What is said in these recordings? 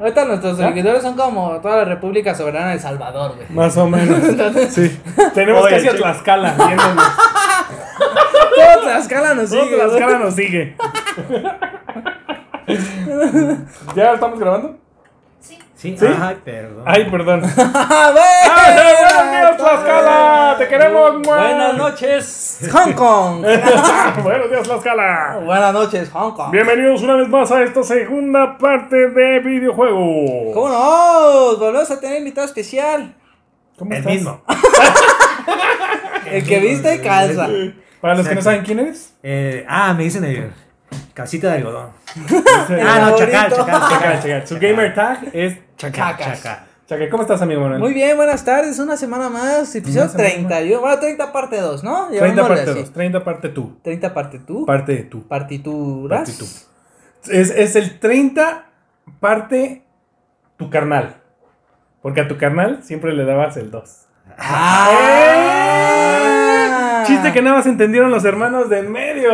Ahorita nuestros seguidores son como toda la República Soberana de El Salvador, güey. Más o menos. Sí. Tenemos Oye, casi a sí. Tlaxcala. viéndonos. Todo Tlaxcala nos Todo sigue, güey. Tlaxcala nos sigue. ¿Ya estamos grabando? Sí. Sí, ¿Sí? ay, perdón. Ay, perdón. ¡Ah, ¡Ah, güey! buenos días, Tlaxcala! ¡Te queremos, mua! Buenas noches. Ah. Hong Kong. Buenos días, Tlaxcala. Buenas noches, Hong Kong. Bienvenidos una vez más a esta segunda parte de videojuegos. ¿Cómo no? Volvemos a tener invitado especial. ¿Cómo El estás? mismo. El que viste y calza. Para los que no Exacto. saben quién eres. Eh, ah, me dicen el casita de algodón. Ah, Ah, no, favorito. chacal, chacal, Chacal, chacal. chacal. Su gamer tag es Chacal, Chacas. chacal. Chacal. ¿Cómo estás, amigo Manuel? Muy bien, buenas tardes. Una semana más. Episodio Una semana 31. Bueno, 30 parte 2, ¿no? 30 Llamémosle parte así. 2, 30 parte tú. 30 parte tú. Parte de tú. partituras. Parte tú. Es, es el 30 parte tu carnal. Porque a tu carnal siempre le dabas el 2. ¡Ah! Chiste que nada más entendieron los hermanos de en medio.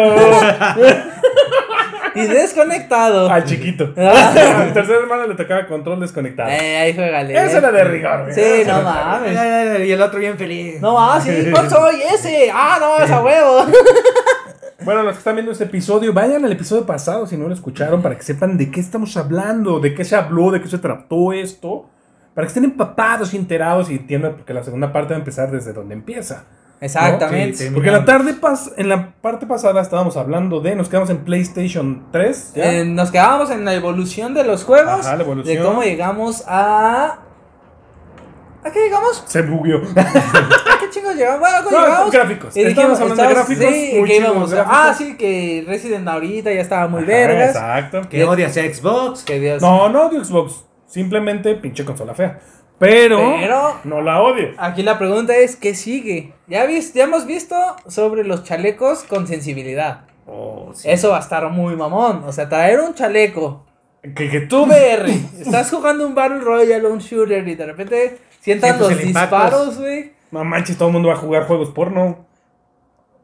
Y desconectado. Al chiquito. Ah. Al tercer hermano le tocaba control desconectado. Eh, ahí juégale. Eso era de rigor. güey. Sí, Eso no era- Ay, mames. ay, ay, Y el otro bien feliz. No mames, sí. ¿Cuál soy ese? Ah, no, es a huevo. Bueno, los que están viendo este episodio, vayan al episodio pasado si no lo escucharon para que sepan de qué estamos hablando, de qué se habló, de qué se trató esto. Para que estén empapados, enterados y entiendan porque la segunda parte va a empezar desde donde empieza. Exactamente. Sí, sí. Porque en la tarde pas en la parte pasada estábamos hablando de, nos quedamos en PlayStation 3. ¿ya? Eh, nos quedábamos en la evolución de los juegos. Ajá, la evolución. De cómo llegamos a. ¿A qué llegamos? Se bugueó. ¿A qué chingos llegamos? Bueno, ¿cómo No, llegamos? gráficos. Y dijimos, Estábamos hablando de estábamos- gráficos. sí, muy que chidos íbamos a- gráficos. Ah, sí, que Resident ahorita ya estaba muy Ajá, vergas. Exacto. Que odias a Xbox. Que Dios. No, no odio Xbox. Simplemente pinche consola fea. Pero, Pero- no la odio. Aquí la pregunta es, ¿qué sigue? Ya, vis- ya hemos visto sobre los chalecos con sensibilidad. Oh, sí. Eso va a estar muy mamón. O sea, traer un chaleco Que, que tú me... VR. Estás jugando un Battle Royale o un shooter y de repente sientas Sientes los el impacto. disparos, güey. No manches, todo el mundo va a jugar juegos porno.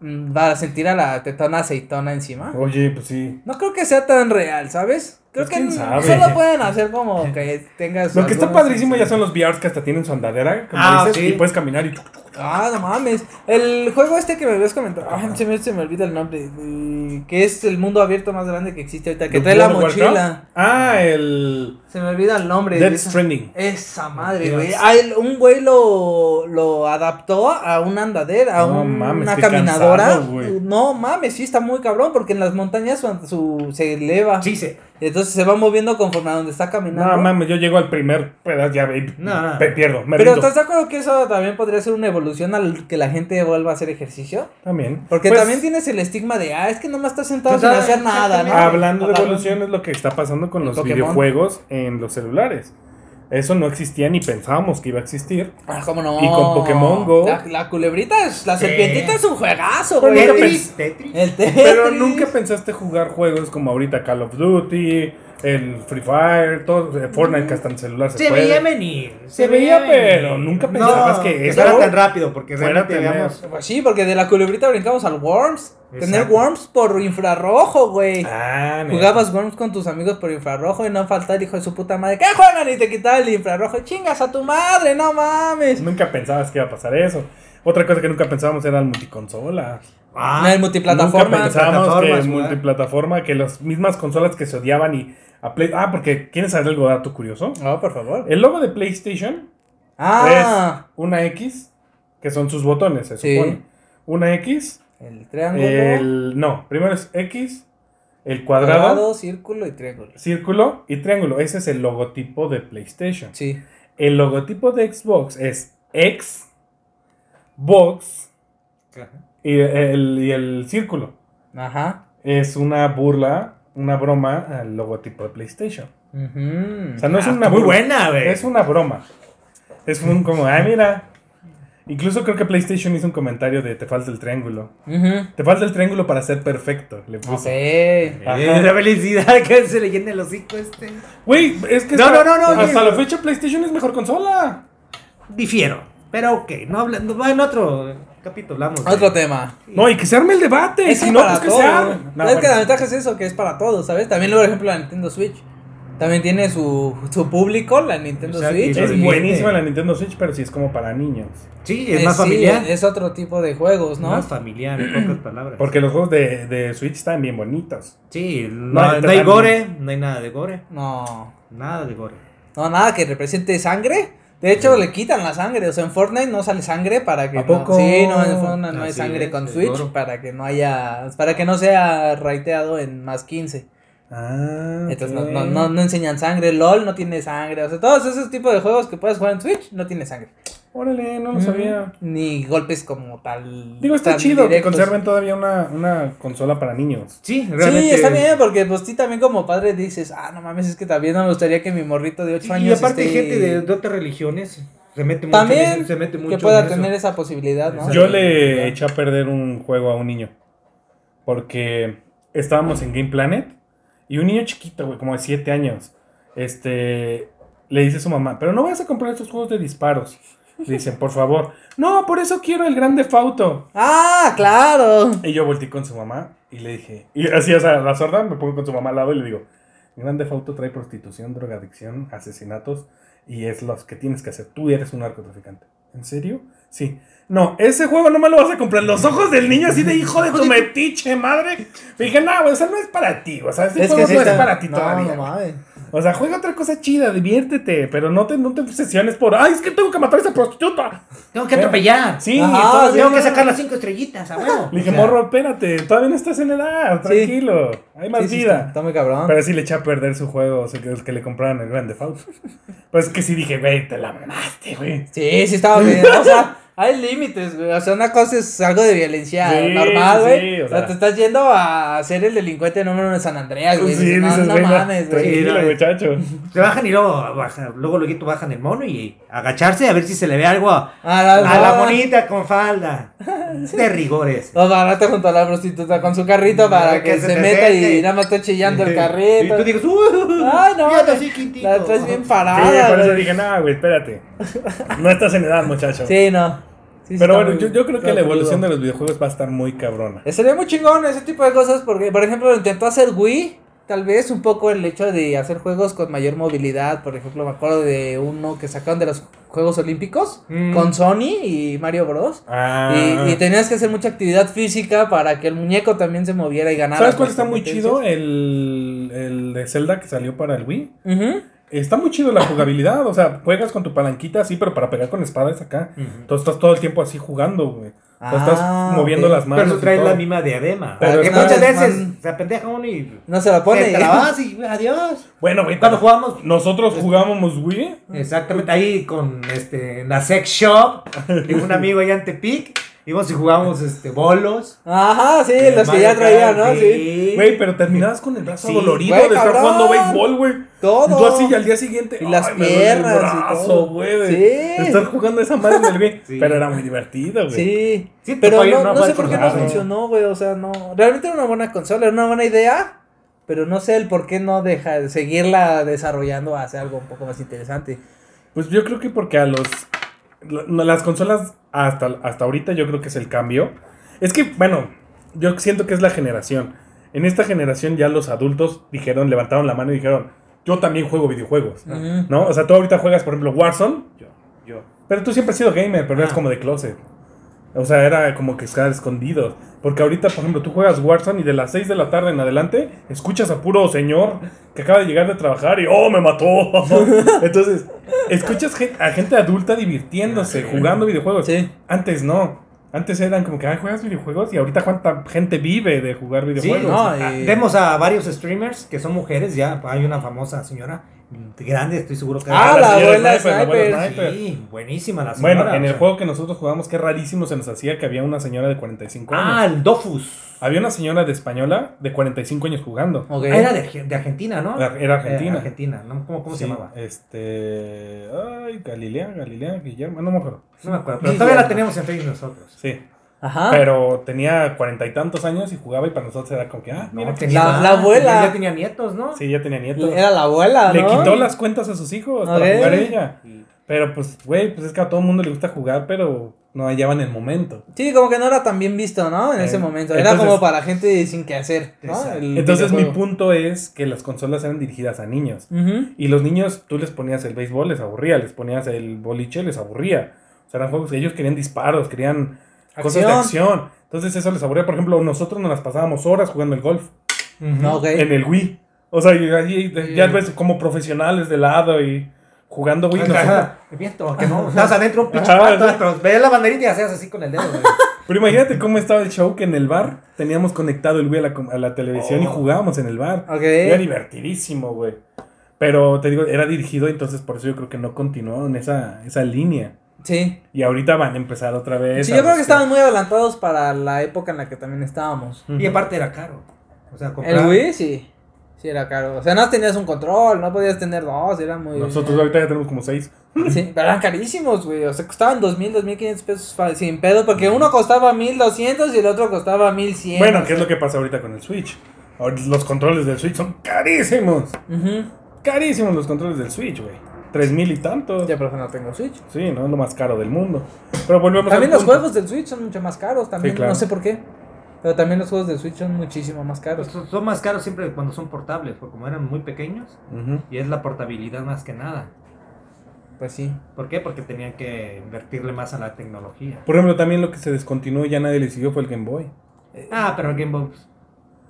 Mm, Va a sentir a la tetona aceitona encima. Oye, pues sí. No creo que sea tan real, ¿sabes? Creo Pues, que quién n- sabe. solo pueden hacer como que tengas. Lo que está algunos padrísimo ya sensores. son los VRs que hasta tienen su andadera, como Ah, dices, sí. y puedes caminar y... Ah, no mames. El juego este que me habías comentado. Ay, se, me, se me olvida el nombre. eh, Que es el mundo abierto más grande que existe ahorita. Que trae la World of mochila. Warcraft. Ah, el... Se me olvida el nombre. Death de esa- Stranding. Esa madre, Dios. güey. Ah, el- Un güey lo, lo adaptó a una andadera, a No un- mames, una qué caminadora. cansado, güey. no mames, sí está muy cabrón porque en las montañas su, su- se eleva. Sí, sí. Entonces se va moviendo conforme a donde está caminando. No mames, yo llego al primer pedazo ya y No. me pierdo, me Pero rindo. ¿estás de acuerdo que eso también podría ser una evolución al que la gente vuelva a hacer ejercicio? También. Porque Pues, también tienes el estigma de, ah, es que nomás estás sentado sin Total, hacer nada, ¿no? ah, Hablando de Ajá. evolución es lo que está pasando con El los Pokémon. videojuegos en los celulares. Eso no existía ni pensábamos que iba a existir. Ah, ¿cómo no? Y con Pokémon Go. La, la culebrita, es, la Sí. serpientita es un juegazo, Pero güey. nunca Tetris. Tetris. El Pero Tetris. nunca pensaste jugar juegos como ahorita Call of Duty, el Free Fire, todo, eh, Fortnite que hasta en celular se, Se puede. veía venir. Se veía, pero nunca pensabas que eso esto era tan rápido. Porque fuera realmente a tener- veamos. Pues sí, porque de la culebrita brincamos al Worms. Tener Exacto. Worms por infrarrojo, güey. Ah, neta. Jugabas Worms con tus amigos por infrarrojo y no faltaba el hijo de su puta madre. ¿Qué juegan? Y te quitaba el infrarrojo. Chingas a tu madre, no mames. Nunca pensabas que iba a pasar eso. Otra cosa que nunca pensábamos era el multiconsola. No, Ah, el Nunca multiplataforma. pensábamos que plataformas, jugar. multiplataforma, que las mismas consolas que se odiaban y a Play- Ah, porque ¿quieres saber algo dato curioso? No, por favor. El logo de PlayStation Ah, es una X, que son sus botones, se Sí. supone. Una X, el triángulo. Pues, el... No, primero es X, el cuadrado, cuadrado, círculo y triángulo. círculo y triángulo. Ese es el logotipo de PlayStation. Sí. El logotipo de Xbox es X, Box y el, y el círculo. Ajá. Es una burla, una broma al logotipo de PlayStation. Ujú. O sea, no es Ah, una muy burla. buena, güey. Es una broma. Es un como, ah, mira. Incluso creo que PlayStation hizo un comentario de te falta el triángulo. Ujú. Te falta el triángulo para ser perfecto, le puso. Ok. Ajá. Eh, La felicidad que se le llena el hocico este. Güey, es que No, hasta, no, no, no, hasta oye. la fecha PlayStation es mejor consola. Difiero. Pero ok, no hablando. Va en otro capítulo, hablamos. de- Otro tema. No, y que se arme el debate. Es si que no, para pues que todo. se arme. es No, que bueno, la ventaja es eso, que es para todos, ¿sabes? También, por ejemplo, la Nintendo Switch. También tiene su, su público, la Nintendo O sea, Switch. es y- este buenísima la Nintendo Switch, pero sí es como para niños. Sí, es eh, más sí, familiar. Es otro tipo de juegos, ¿no? Más familiar, en pocas palabras. Porque los juegos de, de Switch están bien bonitos. Sí, No, no, no hay también. gore, no hay nada de gore. No. Nada de gore. No, nada que represente sangre. De hecho, le quitan la sangre. O sea, en Fortnite no sale sangre para que. ¿A no- poco? sí, no, en Fortnite no hay Así sangre es, con es Switch oro. para que no haya. Para que no sea raiteado en más 15. Ah. Entonces ok. no, no, no, no enseñan sangre. LOL no tiene sangre. O sea, todos esos tipos de juegos que puedes jugar en Switch no tiene sangre. Órale, no lo Mm. sabía. Ni golpes como tal. Digo, está tan chido que directos. conserven todavía una, una consola para niños. Sí, realmente. Sí, está bien, porque pues sí también como padre dices, ah, no mames, es que también no me gustaría que mi morrito de 8 años. Y aparte, esté- gente de, de otras religiones se mete mucho en También eso, se mete mucho que pueda en eso. tener esa posibilidad, ¿no? Yo le eché a perder un juego a un niño. Porque estábamos en Game Planet y un niño chiquito, güey, como de 7 años, este, le dice a su mamá, pero no vayas a comprar estos juegos de disparos. Le dicen, por favor, no, por eso quiero el grande fauto. Ah, claro. Y yo volteé con su mamá y le dije, y así, o sea, la sorda, me pongo con su mamá al lado y le digo, grande fauto trae prostitución, drogadicción, asesinatos y es los que tienes que hacer. Tú eres un narcotraficante. ¿En serio? Sí. No, ese juego no me lo vas a comprar. Los ojos del niño así de hijo de tu metiche, madre. Me dije, no, güey, o sea, no es para ti. O sea, este juego sí no es está- para ti no, todavía. no mames. o sea, juega otra cosa chida, diviértete, pero no te, no te obsesiones por, ay, es que tengo que matar a esa prostituta. Tengo que atropellar. Sí, Ajá, todo- sí, Tengo no, que no. sacar las cinco estrellitas, a huevo. Le dije, O sea, morro, espérate, todavía no estás en edad, Sí. tranquilo, hay más Sí, sí, vida. está- Está muy cabrón. Pero sí le eché a perder su juego, o sea, que, que le compraron el Grande Fausto. Pues que sí dije, güey, te la mamaste, güey. Sí, sí estaba bien. O sea, hay límites, güey. O sea, una cosa es algo de violencia Sí, normal, sí, güey. o o, sea, sea. te estás yendo a ser el delincuente número uno de San Andreas, güey. Sí, no, dices, no güey, no, mames, güey. tranquilo, Sí, no, muchacho. Se bajan y luego, bajan, luego luego bajan el mono y agacharse a ver si se le ve algo a, A Ah, la, a la bonita con falda. De rigores. O parate junto a la prostituta con su carrito para que, Que se se te meta acerque. y nada más está chillando el Y carrito. tú dices, ¡uh! Ay, no, fíjate güey, así, quintito. la traes bien Sí, por parada. eso güey. dije, no, güey, espérate. No estás en edad, muchacho. Sí, no. Sí, sí Pero está bueno, muy- yo, yo creo que está la evolución crudo. de los videojuegos va a estar muy cabrona. Sería muy chingón ese tipo de cosas porque, por ejemplo, lo intentó hacer Wii, tal vez un poco el hecho de hacer juegos con mayor movilidad, por ejemplo, me acuerdo de uno que sacaron de los Juegos Olímpicos Mm. con Sony y Mario Bros. Ah, Y, y tenías que hacer mucha actividad física para que el muñeco también se moviera y ganara. ¿sabes cuál las está muy pues, competencias. chido? El, el de Zelda que salió para el Wii. Ujú. Está muy chido la jugabilidad, o sea, juegas con tu palanquita así, pero para pegar con espadas acá. Entonces estás todo el tiempo así jugando, güey. O sea, Ah, estás moviendo ok. las manos. Pero tú y traes todo. la misma diadema. Pero que está- muchas veces man. se apendeja uno y. No se la Pone. pone. ¿eh? Te trabas y adiós. Bueno, güey, Cuando cuando jugamos. nosotros jugábamos Wii, Exactamente, ahí con este, en la sex shop, tengo un amigo allá en Tepic, íbamos y jugábamos este, bolos. Ajá, sí, eh, los que Mario ya traían, Kart, ¿no? Sí. güey, pero terminabas con el brazo Sí, dolorido güey, de estar cabrón. jugando béisbol, güey. Todo. Y tú así y al día siguiente. Y las ay, me duele el piernas y brazo, todo. güey. de- Sí. de Estar jugando esa madre en el Wii. Sí. Pero era muy divertido, güey. Sí, Sí, pero papá, yo no, no no voy sé a por qué no acordar, ¿no? funcionó, güey. O sea, no. Realmente era una buena consola, era una buena idea. Pero no sé el por qué no deja de seguirla desarrollando hacia algo un poco más interesante. Pues yo creo que porque a los. la- no, Las consolas hasta, hasta ahorita yo creo que es el cambio. Es que, bueno, yo siento que es la generación. En esta generación ya los adultos dijeron, levantaron la mano y dijeron, yo también juego videojuegos. Ujú. ¿No? O sea, tú ahorita juegas, por ejemplo, Warzone. Yo, yo. Pero tú siempre has sido gamer, pero eras Ah. como de closet. O sea, era como que estar escondido. Porque ahorita, por ejemplo, tú juegas Warzone y de las 6 de la tarde en adelante escuchas a puro señor que acaba de llegar de trabajar y ¡oh, me mató! Entonces, escuchas gen- a gente adulta Ah, divirtiéndose, jugando videojuegos. Sí. Antes no. Antes eran como que, ay, juegas videojuegos y ahorita cuánta gente vive de jugar videojuegos. no, eh. Ah, y- Vemos a varios streamers que son mujeres, ya hay una famosa señora grande, estoy seguro que Ah, la señora abuela sniper, la abuela Sniper. sniper. Sí, buenísima la señora. Bueno, en o el sea. juego que nosotros jugamos, qué rarísimo se nos hacía que había una señora de 45 años. Ah, el Dofus. Había una señora de española de 45 años jugando. Ok. Ah, Era de, Arge- de Argentina, ¿no? Era- era argentina. Eh, Argentina, ¿no? ¿Cómo, cómo Sí, se llamaba? Este. Ay, Galilea, Galilea, Guillermo, no me acuerdo. No me acuerdo, pero todavía Sí, la teníamos en Facebook nosotros. Sí. Ajá. Pero tenía cuarenta y tantos años y jugaba y para nosotros era como que, ah, mira. No, que- tenía- La- la abuela. Ya, ya tenía nietos, ¿no? Sí, ya tenía nietos. Era la abuela, Le ¿no? quitó las cuentas a sus hijos Ok. para jugar ella. Sí. Pero pues, güey, pues es que a todo el mundo le gusta jugar, pero no hallaban el momento. Sí, como que no era tan bien visto, ¿no? En Eh, ese momento. Era entonces- como para gente sin que hacer, ¿no? Exacto. El Entonces mi videojuego. punto es que las consolas eran dirigidas a niños. Ujú. Y los niños, tú les ponías el béisbol, les aburría, les ponías el boliche, les aburría. O sea, eran juegos que ellos querían disparos, querían cosas de acción. Entonces eso les aburría. Por ejemplo, nosotros nos las pasábamos horas jugando el golf No, ok. en el Wii. O sea, y allí Sí. ya ves como profesionales de lado y jugando Wii. nosotros- Ajá, el viento, que no. Estás adentro, un pinche Ajá, pato, Ah, sí. adentro. Ve la banderita y hacías así con el dedo, güey. Pero imagínate cómo estaba el show que en el bar teníamos conectado el Wii a la, com- a la televisión y Oh. jugábamos en el bar. Ok. Era divertidísimo, güey. Pero te digo, era dirigido, entonces por eso yo creo que no continuaron esa, esa línea. Sí. Y ahorita van a empezar otra vez. Sí, a yo creo buscar- que estaban muy adelantados para la época en la que también estábamos. Ujú. Y aparte era caro. O sea, comprar. El Wii, sí. Sí, era caro. O sea, no tenías un control, no podías tener dos, era muy. Nosotros ahorita ya tenemos como seis. Sí, pero eran carísimos, güey. O sea, costaban 2.000, 2.500 pesos fa- sin pedo, porque uno costaba 1.200 y el otro costaba 1.100. Bueno, ¿qué es lo que pasa ahorita con el Switch? Ahora Los controles del Switch son carísimos. Ujú. Carísimos los controles del Switch, güey. Tres mil y tanto. Ya, por eso no tengo Switch. Sí, no es lo más caro del mundo. Pero volvemos También al los punto. juegos del Switch son mucho más caros, también. Sí, claro. No sé por qué. Pero también los juegos del Switch son muchísimo más caros. Son son más caros siempre cuando son portables, porque como eran muy pequeños, Ujú. y es la portabilidad más que nada. Pues sí. ¿Por qué? Porque tenían que invertirle más a la tecnología. Por ejemplo, también lo que se descontinuó y ya nadie le siguió fue el Game Boy. Ah, pero el Game Boy.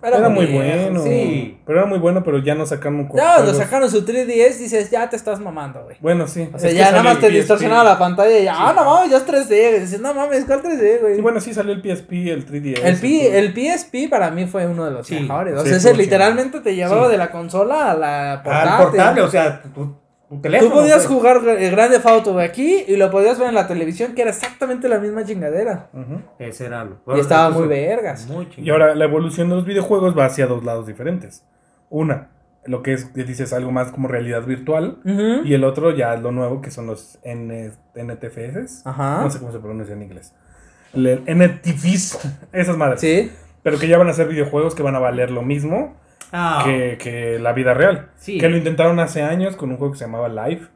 Era, muy viejo, bueno. Sí. Pero era muy bueno, pero ya no sacaron cu- Ya, lo juegos. sacaron su 3DS, dices, ya te estás mamando, güey. Bueno, sí. O sea, Es que ya nada salió más el te PSP. distorsionaba la pantalla y ya, Sí. ah, no mames, ya es 3D. Y Dices, no mames, ¿cuál 3D, güey? Sí, bueno, sí salió el PSP, el 3DS. el, P- el PSP para mí fue uno de los pues, Sí, mejores. O sí, sea, ese estuvo chido. literalmente te llevaba Sí. de la consola a la Ah, portátil. portable, o sea, tu- tu, tu teléfono. Tú podías pues. jugar el Grande Auto de aquí y lo podías ver en la televisión, que era exactamente la misma chingadera. Ujú. Ese era lo. y estaba eso- muy vergas. Muy chingón. Y ahora la evolución de los videojuegos va hacia dos lados diferentes. Una, lo que es, que dices, algo más como realidad virtual. Ujú. Y el otro ya es lo nuevo, que son los N- NTFS. Ajá. No sé cómo se pronuncia en inglés. Le- NTFS, esas madres. Sí. Pero que ya van a ser videojuegos que van a valer lo mismo Ah, que, que la vida real. Sí. Que lo intentaron hace años con un juego que se llamaba Life,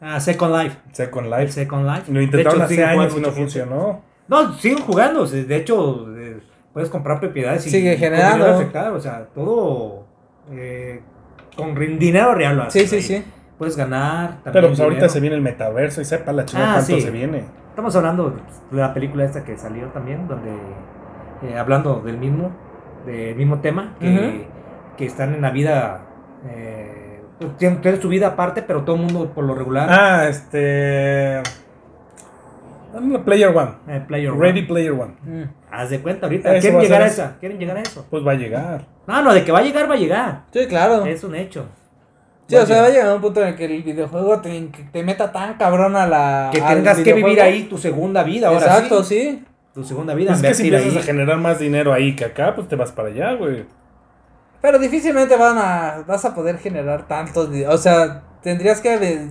ah, Second Life. Second El Life. Second Life. Lo De intentaron hecho, hace siguen jugando años y no mucha gente. funcionó. No, siguen jugando. o sea, De hecho, eh, puedes comprar propiedades y. Sigue y con generando. dinero afectar, o sea, todo. eh, con rin- dinero real lo Sí, haces, sí, ahí. sí. Puedes ganar. también Pero pues ahorita dinero. se viene el metaverso y sepa la chica Ah, cuánto sí. se viene. Estamos hablando de la película esta que salió también, donde eh, hablando del mismo, del mismo tema, que, que están en la vida, eh, pues, tien- tienes tu vida aparte, pero todo el mundo por lo regular. Ah, este. dame la Player One. eh, player one. Ready Player One. Mm. Haz de cuenta ahorita. Eso quieren va a llegar a ser- esa, quieren llegar a eso. Pues va a llegar. No, no, de que va a llegar, va a llegar. Sí, claro. Es un hecho. Sí, o sea, va a llegar un punto en el que el videojuego te, que te meta tan cabrón a la. Que Ah, al tengas que vivir videojuego. ahí tu segunda vida ahora Exacto, sí. sí. Tu segunda vida. Pues es que si invertir empiezas a ahí. generar más dinero ahí que acá, pues te vas para allá, güey. Pero difícilmente van a. Vas a poder generar tantos. di- O sea, tendrías que. ave-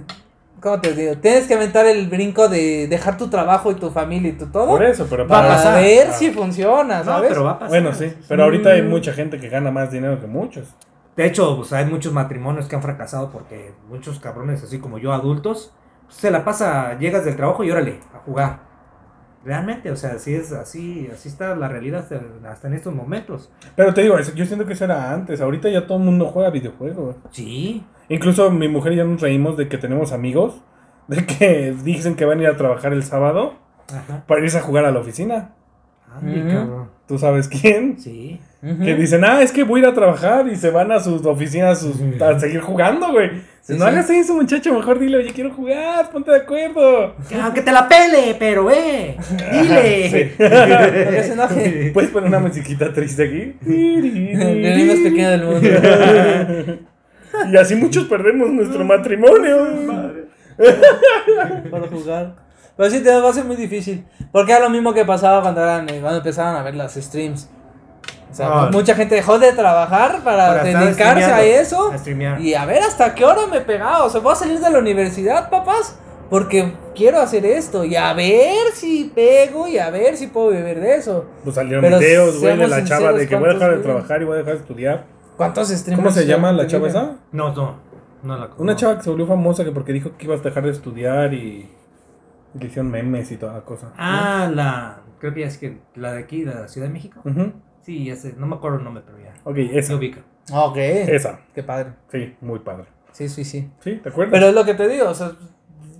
¿Cómo te digo? Tienes que aventar el brinco de dejar tu trabajo y tu familia y tu todo. Por eso, pero Va a para para- pasar. ver Ah. si funciona, No, ¿sabes? pero va a pasar. Bueno, sí. Pero ahorita hay Mm. mucha gente que gana más dinero que muchos. De hecho, pues, hay muchos matrimonios que han fracasado porque muchos cabrones, así como yo, adultos, pues, se la pasa, llegas del trabajo y órale, a jugar. Realmente, o sea, así es, así, así está la realidad hasta, hasta en estos momentos. Pero te digo, eso- yo siento que eso era antes. Ahorita ya todo el mundo juega videojuegos. Sí. Incluso mi mujer y yo nos reímos de que tenemos amigos. De que dicen que van a ir a trabajar el sábado Ajá. para irse a jugar a la oficina. Ay, Ujú. cabrón. ¿Tú sabes quién? Sí. Ujú. Que dicen, ah, es que voy a ir a trabajar y se van a sus oficinas sus- Ujú. a seguir jugando, güey. Si Sí, no sí. hagas eso, muchacho, mejor dile, oye, quiero jugar, ponte de acuerdo. Que Aunque te la pele, pero eh, dile. que se enoje. ¿Puedes poner una musiquita triste aquí? El niño más pequeño del mundo. y así muchos perdemos nuestro matrimonio. para jugar. Pero sí, te va a ser muy difícil. Porque era lo mismo que pasaba cuando, eran, eh, cuando empezaban a ver las streams. O sea, Ah. mucha gente dejó de trabajar para, Para estar dedicarse a streameando, eso. a streamear. Y a ver hasta qué hora me pegaba. O sea, voy a salir de la universidad, papás. Porque quiero hacer esto. Y a ver si pego y a ver si puedo vivir de eso. Pues salieron Pero videos, güey, de seamos la chava de sinceros, que voy a dejar de ¿cuántos viven? trabajar y voy a dejar de estudiar. ¿Cuántos streamers? ¿Cómo se llama la te chava llegan? esa? No, no, no la Una no. chava que se volvió famosa que porque dijo que ibas a dejar de estudiar y Le hicieron memes y toda la cosa. Ah, la. Creo que ya es que la de aquí, la de Ciudad de México. ¿no? Ujú. Sí, ya sé. No me acuerdo el nombre, pero ya. Ok, Se esa. ubica. Ok. Esa. Qué padre. Sí, muy padre. Sí, sí, sí. ¿Sí? ¿Te acuerdas? Pero es lo que te digo, o sea,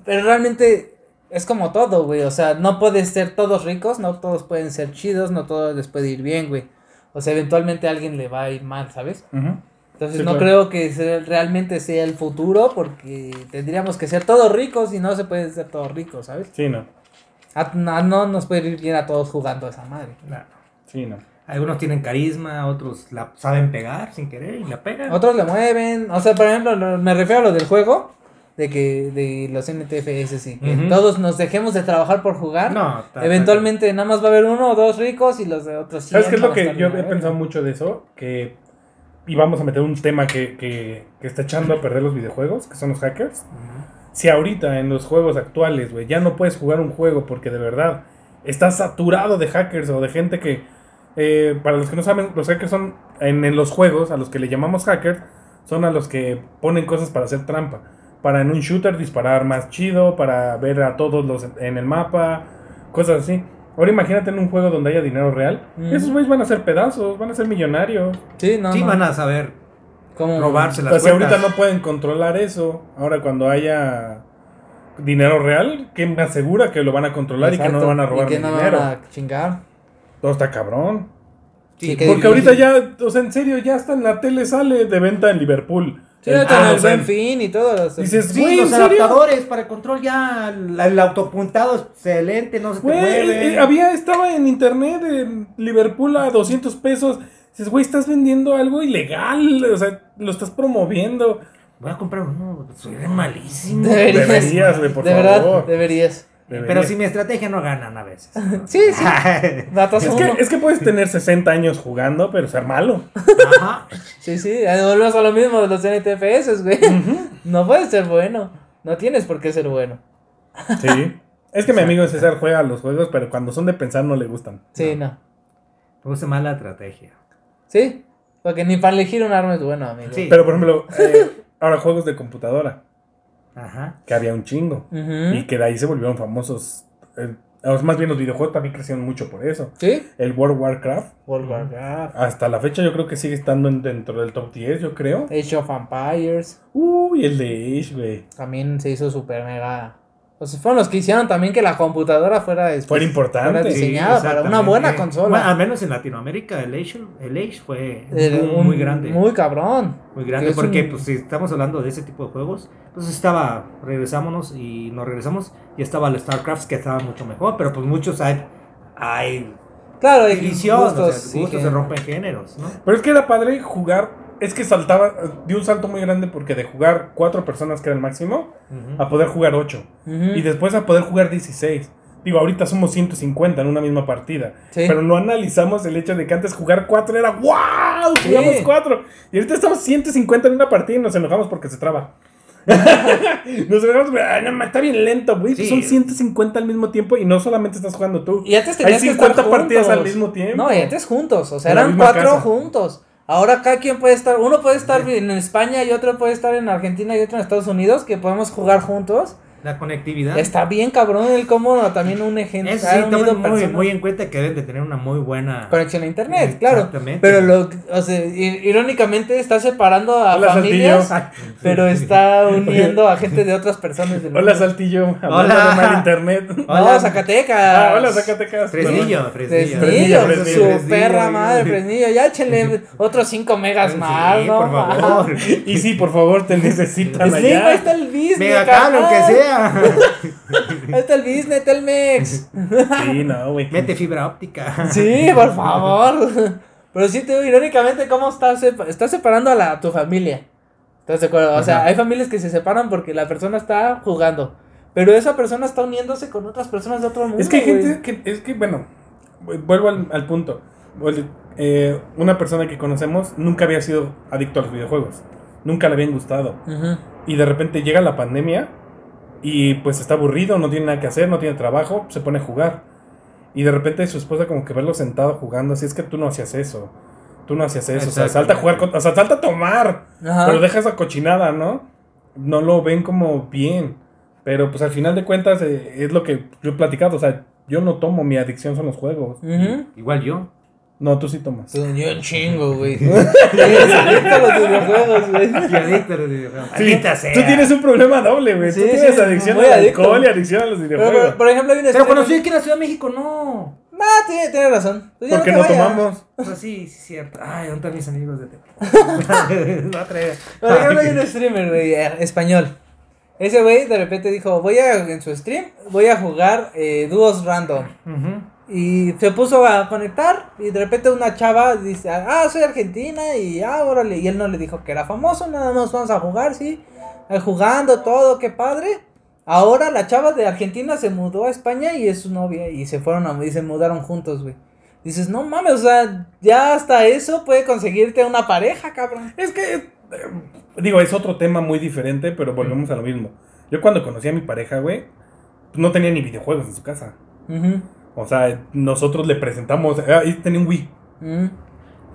pero realmente es como todo, güey. O sea, no puedes ser todos ricos, no todos pueden ser chidos, no todos les puede ir bien, güey. O sea, eventualmente a alguien le va a ir mal, ¿sabes? Ujú. Entonces Sí, no claro. creo que sea- realmente sea el futuro porque tendríamos que ser todos ricos y no se puede ser todos ricos, ¿sabes? Sí, no. A- no, no nos puede ir bien a todos jugando a esa madre. La- Sí, no. Algunos tienen carisma, otros la saben pegar sin querer y la pegan. Otros le mueven, o sea, por ejemplo, lo- me refiero a lo del juego, de que de los NTFS y que Ujú. todos nos dejemos de trabajar por jugar. No, ta- ta- Eventualmente nada más va a haber uno o dos ricos y los de otros sí ¿Sabes qué es no lo va a que estar yo bien, he ¿eh? pensado mucho de eso? Que íbamos a meter un tema que, que, que está echando a perder los videojuegos, que son los hackers. Ujú. Si ahorita en los juegos actuales, güey, ya no puedes jugar un juego porque de verdad estás saturado de hackers o de gente que... eh, para los que no saben, los hackers son en, en los juegos, a los que le llamamos hackers, son a los que ponen cosas para hacer trampa. Para en un shooter disparar más chido, para ver a todos los en el mapa, cosas así. Ahora imagínate en un juego donde haya dinero real. Ujú. Esos güeyes van a ser pedazos, van a ser millonarios. Sí, no, Sí, no. van a saber ¿Cómo? robarse las O sea, Pues, si cuentas. ahorita no pueden controlar eso. Ahora cuando haya dinero real, ¿quién me asegura que lo van a controlar y que no Exacto, van a robar y que mi no me dinero? van a chingar. Todo está cabrón. Eh, Sí, que- Porque ahorita ya, o sea, en serio, ya está en la tele, sale de venta en Liverpool. Sí, El- ahorita ah, en o el sea, buen fin y todo. o sea, Dices, Sí, güey, ¿en los serio? adaptadores para el control ya, la- el, autopuntado excelente, no se te Güey, mueve. eh, había, estaba en internet en Liverpool a 200 pesos. Dices, güey, estás vendiendo algo ilegal, o sea, lo estás promoviendo. Voy a comprar uno, soy de malísimo. Deberías. Deberías, güey, por de favor. verdad, deberías. Pero Deberías. si mi estrategia no ganan a veces. Sí, sí. Datos Es uno. que, es que puedes tener 60 años jugando, pero ser malo. Ajá. Sí, sí. eh, Volvemos a lo mismo de los NTFS, güey. No puedes ser bueno. No tienes por qué ser bueno. Sí. Es que mi amigo César juega a los juegos, pero cuando son de pensar no le gustan. Sí, no. Me gusta más la estrategia. Sí. Porque ni para elegir un arma es bueno, amigo. Sí. Pero por ejemplo, eh, ahora juegos de computadora, Ajá. que había un chingo. Ujú. Y que de ahí se volvieron famosos. eh, o más bien los videojuegos también crecieron mucho por eso. Sí. El World of Warcraft, World of Warcraft, hasta la fecha yo creo que sigue estando en- dentro del top 10, yo creo. Age of Empires. Uy, el de Age, güey. también se hizo super mega. O sea, fueron los que hicieron también que la computadora fuera, después- Fuera importante. fuera diseñada para una exactamente. buena Bueno, al consola. menos en Latinoamérica el Age, el Age fue Era muy, Eh, un- muy grande. Muy, Muy cabrón. grande que es porque un- pues si estamos hablando de ese tipo de juegos, pues estaba, regresámonos y nos regresamos y estaba el StarCraft que estaba mucho mejor, pero pues muchos hay, hay Claro, y división, o sea, gustos, gustos, sí que- se rompen géneros, ¿no? Pero es que era padre jugar. Es que saltaba, eh, dio un salto muy grande porque de jugar cuatro personas, que era el máximo, Ujú. Ah. a poder jugar ocho. Ujú. Y después a poder jugar 16. Digo, ahorita somos 150 en una misma partida. Sí. Pero no analizamos el hecho de que antes jugar 4 era ¡Wow! Sí. Jugamos 4. Y ahorita estamos 150 en una partida y nos enojamos porque se traba. nos enojamos, porque, "Ay, no, ma, está bien lento, güey. pues Sí. Son 150 al mismo tiempo y no solamente estás jugando tú. Y antes Hay tenías que estar 50 partidas juntos. al mismo tiempo. No, y antes juntos, o sea, En la eran misma cuatro casa. juntos. Ahora cada quien puede estar, uno puede estar en España y otro puede estar en Argentina y otro en Estados Unidos, que podemos jugar juntos. La conectividad. Está bien cabrón el cómo también un ejemplo. Eso sí, tomen muy, muy en cuenta que deben de tener una muy buena... Conexión a internet, claro. Exactamente. Pero lo, o sea, i- irónicamente está separando a Hola, familias, Saltillo. pero está uniendo a gente de otras personas del Hola, mundo. Saltillo. Hablando Hola. de mal internet. No, Hola. Zacatecas. Ah, hola, Zacatecas. Perdón. Fresnillo, Fresnillo. Fresnillo, su Fresnillo, Fresnillo, perra ahí. madre, Fresnillo. Ya échenle otros 5 megas Sí, más, ¿no? por favor. Y sí, por favor, te necesitan Sí, allá. ahí está el business. Megacable, aunque carnal. sea. Ahí está el business, Telmex. Sí, no, güey. Mete fibra óptica. Sí, por favor. Pero sí, te digo, irónicamente, ¿cómo estás, sepa- estás separando a la, a tu familia? ¿Estás de acuerdo? O sea, Ajá. hay familias que se separan porque la persona está jugando. Pero esa persona está uniéndose con otras personas de otro mundo. Es que hay güey. gente que, es que, bueno, vu- vuelvo al, al punto. Vuel- eh, una persona que conocemos nunca había sido adicto a los videojuegos. Nunca le habían gustado. Ujú. Y de repente llega la pandemia y pues está aburrido, no tiene nada que hacer, no tiene trabajo, se pone a jugar. Y de repente su esposa como que verlo sentado jugando, así es que tú no hacías eso. Tú no hacías eso, o sea, salta a jugar, con- o sea, salta a tomar. Ajá. Pero deja esa cochinada, ¿no? No lo ven como bien. Pero pues al final de cuentas eh, es lo que yo he platicado. O sea, yo no tomo, mi adicción son los juegos. Ujú. Igual yo. No, tú sí tomas. Yo un chingo, güey. Sí, eres adicto a los videojuegos, güey. Y adicto a los videojuegos. Sí, Maldita sea. tú tienes un problema doble, güey. Eh. Sí, tú sí, tienes adicción muy al adicto. alcohol y adicción a los Pero, videojuegos. por, por ejemplo, hay este un Pero streamer- cuando estoy aquí en la Ciudad de México, no. No, tiene, tiene razón. Pues ya Porque te no vayas. tomamos. O sea, sí, sí, cierto. Ay, ¿dónde están mis amigos de Tepic? No trae. Ah, Por ejemplo, hay un streamer, güey, eh, español. Ese güey de repente dijo, voy a, en su stream, voy a jugar eh, dúos random. Ujú. Y se puso a conectar y de repente una chava dice, ah, soy argentina y ah, órale. Y él no le dijo que era famoso, nada más vamos a jugar, sí. Eh, Jugando todo, qué padre. Ahora la chava de Argentina se mudó a España y es su novia y se fueron a, y se mudaron juntos, güey. Dices, no mames, o sea, ya hasta eso puede conseguirte una pareja, cabrón. Es que, eh, digo, es otro tema muy diferente, pero volvemos a lo mismo. Yo cuando conocí a mi pareja, güey, no tenía ni videojuegos en su casa. Ujú, O sea, nosotros le presentamos, eh, y tenía un Wii. ujú.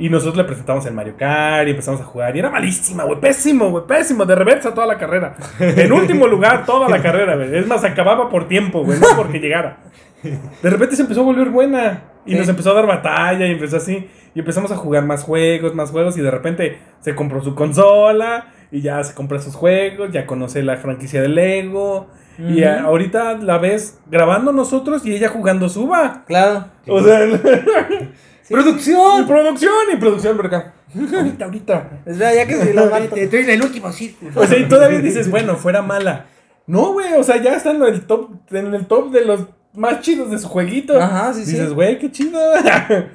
Y nosotros le presentamos el Mario Kart y empezamos a jugar. Y era malísima, güey. Pésimo, güey. Pésimo. De reversa toda la carrera. En último lugar toda la carrera, güey. Es más, acababa por tiempo, güey. No porque llegara. De repente se empezó a volver buena. Y Sí. nos empezó a dar batalla y empezó así. Y empezamos a jugar más juegos, más juegos. Y de repente se compró su consola. Y ya se compra sus juegos. Ya conoce la franquicia de Lego. Y a- Ujú. ahorita la ves grabando nosotros y ella jugando suba. Claro. O sea... Y ¡Producción! producción y producción, verga. Ahorita, ahorita. O sea, ya que si lo mato. Estoy en el último círculo. O sea, y todavía dices, bueno, fuera mala. No, güey, o sea, ya está en el top, en el top de los más chidos de su jueguito. Ajá, sí, sí. dices, güey, qué chido.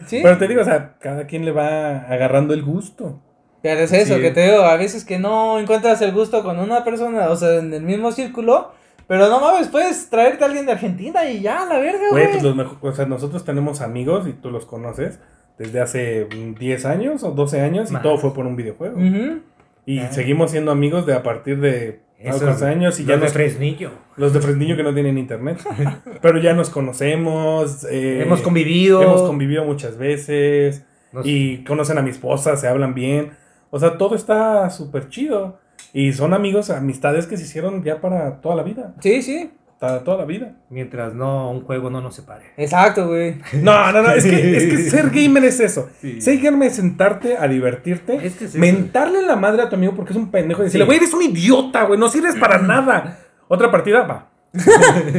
Sí. Pero te digo, o sea, cada quien le va agarrando el gusto. Pero es eso Sí. que te digo, a veces que no encuentras el gusto con una persona, o sea, en el mismo círculo, pero no mames, puedes traerte a alguien de Argentina y ya, la verga, güey. Güey, pues los mejo- o sea, nosotros tenemos amigos y tú los conoces desde hace mm, 10 años o 12 años y Más. todo fue por un videojuego. Ujú. Y Ah. seguimos siendo amigos de a partir de algunos años y ya nos nos Fresnillo. Los de Fresnillo que no tienen internet. Pero ya nos conocemos. eh, Hemos convivido. Hemos convivido muchas veces. Nos- Y conocen a mi esposa, se hablan bien. O sea, todo está súper chido. Y son amigos, amistades que se hicieron ya para toda la vida. Sí, sí. Para toda la vida. Mientras no, un juego no nos separe. Exacto, güey. No, no, no. Es que, es que ser gamer es eso. Sí. Ser gamer es sentarte a divertirte. Es que es eso. mentarle la madre a tu amigo porque es un pendejo. Y decirle, Sí. güey, eres un idiota, güey. No sirves para nada. Otra partida, va.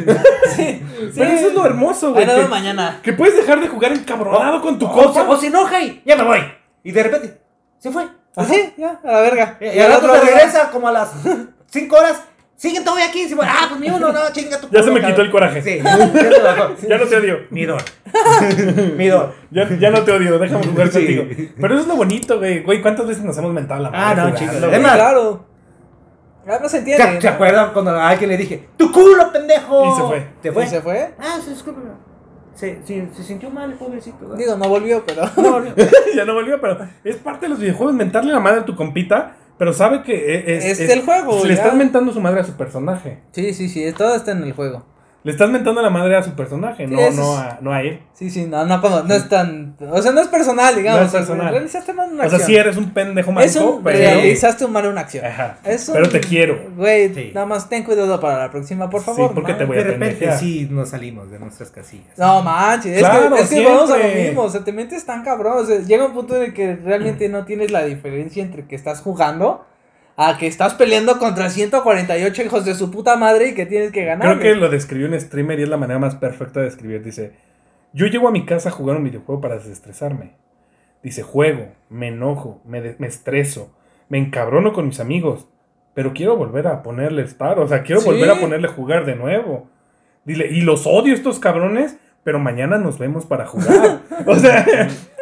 Pero eso es lo hermoso, Ah, güey. Ay, nada, que- mañana. Que puedes dejar de jugar encabronado con Oh, tu O, se- compa. o se enoja y ya me voy. Y de repente, se fue. Así, Ah, ya, a la verga. Y, al otro se regresa como a las 5 horas. Siguen todavía aquí. Se fue. Ah, pues mi uno, no, chinga tu Ya se me culo, quitó el cabrón. coraje. Sí, ya se bajó. Ya no te odio. Mi don. Mi don. Ya, ya no te odio, déjame jugar Sí. contigo. Pero eso es lo bonito, güey. Güey, ¿cuántas veces nos hemos mentado la Ah, madre? no, jugando, chingalo. güey? Emma. Claro. Ya no se ¿Se, entiende. se acuerdan cuando a alguien le dije, tu culo, pendejo? Y se fue. ¿Te fue? ¿Y se fue? Ah, sí, discúlpeme. Se, se, se sintió mal, pobrecito. ¿verdad? Digo, no volvió, pero. No, no. ya no volvió, pero es parte de los videojuegos mentarle la madre a tu compita, pero sabe que e- es, Es el juego, Le ya. estás mentando su madre a su personaje. Sí, sí, sí, todo está en el juego. Le estás mentando la madre a su personaje, Sí, no, eso no, es- a, no a él. Sí, sí, no, no, como- no es tan. O sea, no es personal, digamos. No es personal. Realizaste mal una O sea, acción. si eres un pendejo manco, es un, pero. realizaste mal una acción. Ajá. Es un- Pero te quiero. Güey, Sí. nada más ten cuidado para la próxima, por Sí, favor. porque ¿no? te voy a De repente pendejear. sí nos salimos de nuestras casillas. No manches, es Claro, que, es que vamos a lo siempre. mismo, o sea, te metes tan cabrón, o sea, llega un punto en el que realmente no tienes la diferencia entre que estás jugando a que estás peleando contra 148 hijos de su puta madre y que tienes que ganar. Creo que lo describió un streamer y es la manera más perfecta de describir. Dice, yo llego a mi casa a jugar un videojuego para desestresarme. Dice, juego, me enojo, me, de- me estreso, me encabrono con mis amigos, pero quiero volver a ponerle estar, o sea, quiero Sí. volver a ponerle jugar de nuevo. Dile, y los odio estos cabrones, pero mañana nos vemos para jugar. o sea,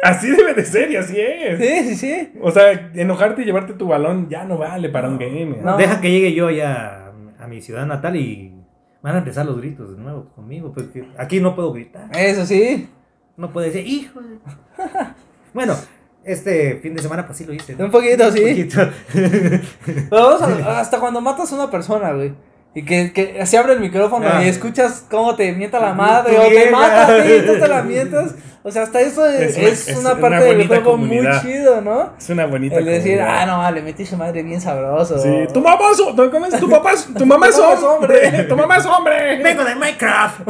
así debe de ser y así es. Sí, sí, sí. O sea, enojarte y llevarte tu balón ya no vale para un game. No. Deja que llegue yo ya a mi ciudad natal y van a empezar los gritos de nuevo conmigo. Porque aquí no puedo gritar. Eso sí. No puedo decir, hijo. de-". Bueno, este fin de semana pues sí lo hice. ¿no? Un poquito, sí. Un poquito. Pero vamos a- hasta cuando matas a una persona, güey. Y que, que se abre el micrófono Ah. y escuchas cómo te mienta la Tu madre o te vieja. mata a ti y tú te la mientas. O sea, hasta eso es, Es una- es es una una parte del bonita juego comunidad. muy chido, ¿no? Es una bonita. El decir, comunidad. ah, no, le metí su madre bien sabroso. Sí, tu mamá es, tu, ¿cómo es? Tu papá es, tu mamá es Tu papá es hombre. hombre. Tu mamá es hombre. Vengo de Minecraft.